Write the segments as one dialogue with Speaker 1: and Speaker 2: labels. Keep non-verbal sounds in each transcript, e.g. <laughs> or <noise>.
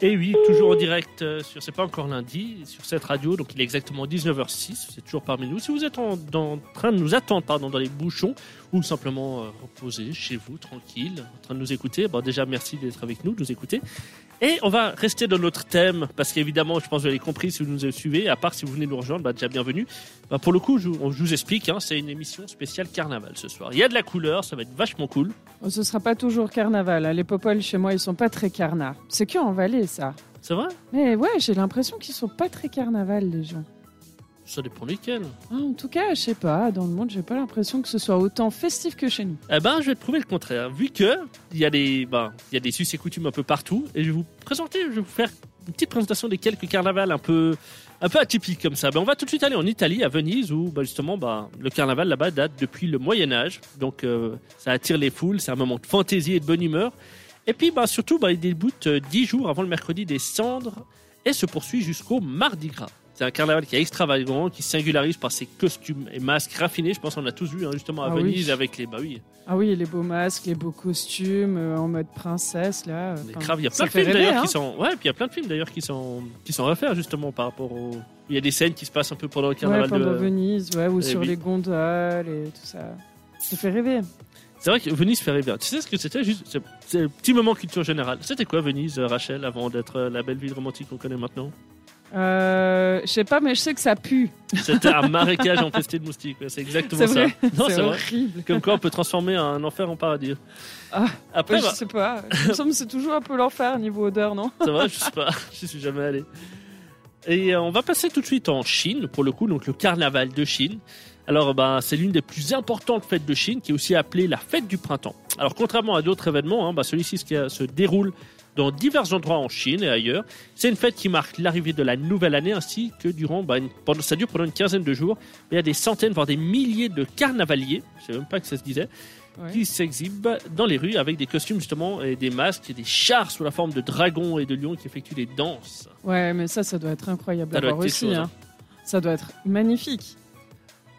Speaker 1: Et oui, toujours en direct euh, sur C'est pas encore lundi, sur cette radio, donc il est exactement 19h06, c'est toujours parmi nous. Si vous êtes en, dans- en train de nous attendre pardon, dans les bouchons, ou simplement euh, reposé chez vous, tranquille, en train de nous écouter, bon, déjà merci d'être avec nous, de nous écouter. Et on va rester dans notre thème, parce qu'évidemment, je pense que vous l'avez compris si vous nous suivez, à part si vous venez nous rejoindre, bah, déjà bienvenue. Bah, pour le coup, je, on- je vous explique, hein, c'est une émission spéciale carnaval ce soir. Il y a de la couleur, ça va être vachement cool.
Speaker 2: Oh, Ce sera pas toujours carnaval. hein. Les popoles chez moi, ils sont pas très carnats. C'est que en Valais, ça.
Speaker 1: C'est vrai
Speaker 2: Mais ouais, j'ai l'impression qu'ils sont pas très carnaval, les gens.
Speaker 1: Ça dépend lesquels.
Speaker 2: Ah, en tout cas, je sais pas. Dans le monde, j'ai pas l'impression que ce soit autant festif que chez nous.
Speaker 1: Eh ben, je vais te prouver le contraire. Vu que il y a des, ben, il y a des sus et coutumes un peu partout, et je vais vous présenter, je vais vous faire une petite présentation des quelques carnavals un peu, un peu atypiques comme ça. Ben, on va tout de suite aller en Italie, à Venise, où ben, justement, ben, le carnaval là-bas date depuis le Moyen Âge, donc euh, ça attire les foules, c'est un moment de fantaisie et de bonne humeur. Et puis, ben, surtout, ben, il débute euh, dix jours avant le mercredi des cendres et se poursuit jusqu'au Mardi Gras. C'est un carnaval qui est extravagant, qui singularise par ses costumes et masques raffinés. Je pense qu'on a tous vu hein, justement à
Speaker 2: Ah oui.
Speaker 1: Venise avec les, bah oui,
Speaker 2: Ah oui, les beaux masques, les beaux costumes, euh, en mode princesse, là. euh,
Speaker 1: Mais
Speaker 2: enfin,
Speaker 1: grave, il y a plein
Speaker 2: ça
Speaker 1: de
Speaker 2: fait
Speaker 1: films
Speaker 2: rêver,
Speaker 1: d'ailleurs
Speaker 2: hein.
Speaker 1: qui sont. Ouais, puis il y a plein de films d'ailleurs qui sont qui sont refaits justement par rapport au. Il y a des scènes qui se passent un peu pendant le
Speaker 2: Ouais,
Speaker 1: carnaval
Speaker 2: pendant
Speaker 1: de.
Speaker 2: Venise, ouais, ou
Speaker 1: Eh
Speaker 2: sur
Speaker 1: oui.
Speaker 2: les gondoles et tout ça. Ça fait rêver.
Speaker 1: C'est vrai que Venise fait rêver. Tu sais ce que c'était juste C'est c'est un petit moment culture générale. C'était quoi Venise, euh, Rachel, avant d'être euh, la belle ville romantique qu'on connaît maintenant
Speaker 2: Euh, je sais pas, mais je sais que ça pue.
Speaker 1: C'était un marécage infesté de moustiques. ouais, C'est exactement
Speaker 2: C'est
Speaker 1: ça.
Speaker 2: vrai.
Speaker 1: Non, c'est vrai.
Speaker 2: horrible.
Speaker 1: Comme quoi, on peut transformer un enfer en paradis.
Speaker 2: Ah,
Speaker 1: Après,
Speaker 2: je
Speaker 1: bah,
Speaker 2: sais pas. Il me semble que c'est toujours un peu l'enfer niveau odeur, non
Speaker 1: Ça va, je sais pas, <laughs> je suis jamais allé. Et euh, on va passer tout de suite en Chine, pour le coup, donc le carnaval de Chine. Alors, ben, c'est l'une des plus importantes fêtes de Chine, qui est aussi appelée la fête du printemps. Alors, contrairement à d'autres événements, hein, ben, celui-ci se, se déroule dans divers endroits en Chine et ailleurs. C'est une fête qui marque l'arrivée de la nouvelle année, ainsi que durant, ben, une- pendant, ça dure pendant une quinzaine de jours. Il y a des centaines, voire des milliers de carnavaliers, je sais même pas que ça se disait,
Speaker 2: Ouais.
Speaker 1: qui s'exhibent dans les rues avec des costumes justement et des masques et des chars sous la forme de dragons et de lions qui effectuent des danses.
Speaker 2: Ouais, mais ça, ça doit être incroyable
Speaker 1: Ça
Speaker 2: à
Speaker 1: doit
Speaker 2: voir
Speaker 1: être quelque
Speaker 2: aussi.
Speaker 1: chose,
Speaker 2: hein. Ça doit être magnifique.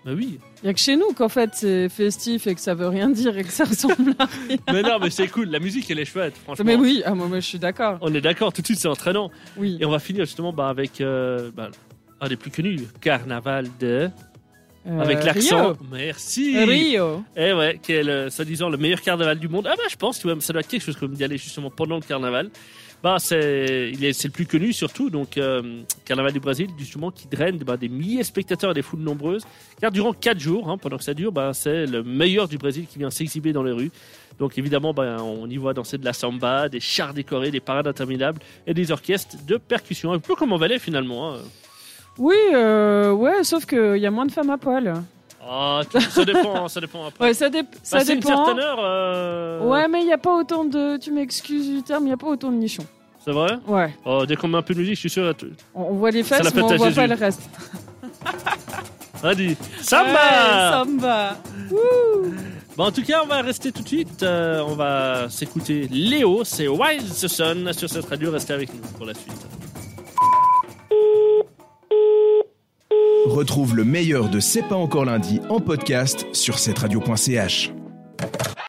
Speaker 1: Bah
Speaker 2: <laughs>
Speaker 1: oui.
Speaker 2: Il y a que chez nous qu'en fait c'est festif et que ça veut rien dire et que ça ressemble à.
Speaker 1: mais non, mais c'est cool. La musique, elle est chouette, franchement.
Speaker 2: Mais oui, ah, moi, moi, je suis d'accord.
Speaker 1: On est d'accord, tout de suite, c'est entraînant.
Speaker 2: Oui.
Speaker 1: Et on va finir justement bah, avec euh, bah, un des plus connus, Carnaval de.
Speaker 2: Euh,
Speaker 1: avec l'accent. Merci.
Speaker 2: Rio. Rio.
Speaker 1: Eh ouais, qui est le, soi-disant le meilleur carnaval du monde. Ah bah je pense que ouais, ça doit être quelque chose comme d'y aller justement pendant le carnaval. Bah c'est, il est, c'est le plus connu surtout, donc euh, carnaval du Brésil justement qui draine bah, des milliers de spectateurs et des foules nombreuses. Car durant quatre jours, hein, pendant que ça dure, bah, c'est le meilleur du Brésil qui vient s'exhiber dans les rues. Donc évidemment, bah, on y voit danser de la samba, des chars décorés, des parades interminables et des orchestres de percussion. Un peu comme en Valais finalement. hein.
Speaker 2: Oui, euh, ouais, sauf qu'il y a moins de femmes à poil. Bah,
Speaker 1: Ah, tout- ça dépend, ça dépend après.
Speaker 2: Ouais, ça, dé- ça
Speaker 1: Passer une
Speaker 2: dépend.
Speaker 1: certaine heure. euh,
Speaker 2: Ouais, mais il n'y a pas autant de. Tu m'excuses du terme, il n'y a pas autant de nichons.
Speaker 1: C'est vrai.
Speaker 2: Ouais.
Speaker 1: Oh, dès qu'on met un peu de musique, je suis sûr. elle te-
Speaker 2: On, on voit les
Speaker 1: Ça
Speaker 2: fesses,
Speaker 1: la
Speaker 2: mais
Speaker 1: fête
Speaker 2: on
Speaker 1: à
Speaker 2: voit pas
Speaker 1: Jésus.
Speaker 2: le reste.
Speaker 1: Allez, samba
Speaker 2: Ouais, Samba
Speaker 1: Bon, En tout cas, on va rester tout de suite. euh, on va s'écouter Léo, c'est Wild the Sun sur cette radio. Restez avec nous pour la suite.
Speaker 3: Retrouve le meilleur de C'est pas encore lundi en podcast sur cette radio.ch.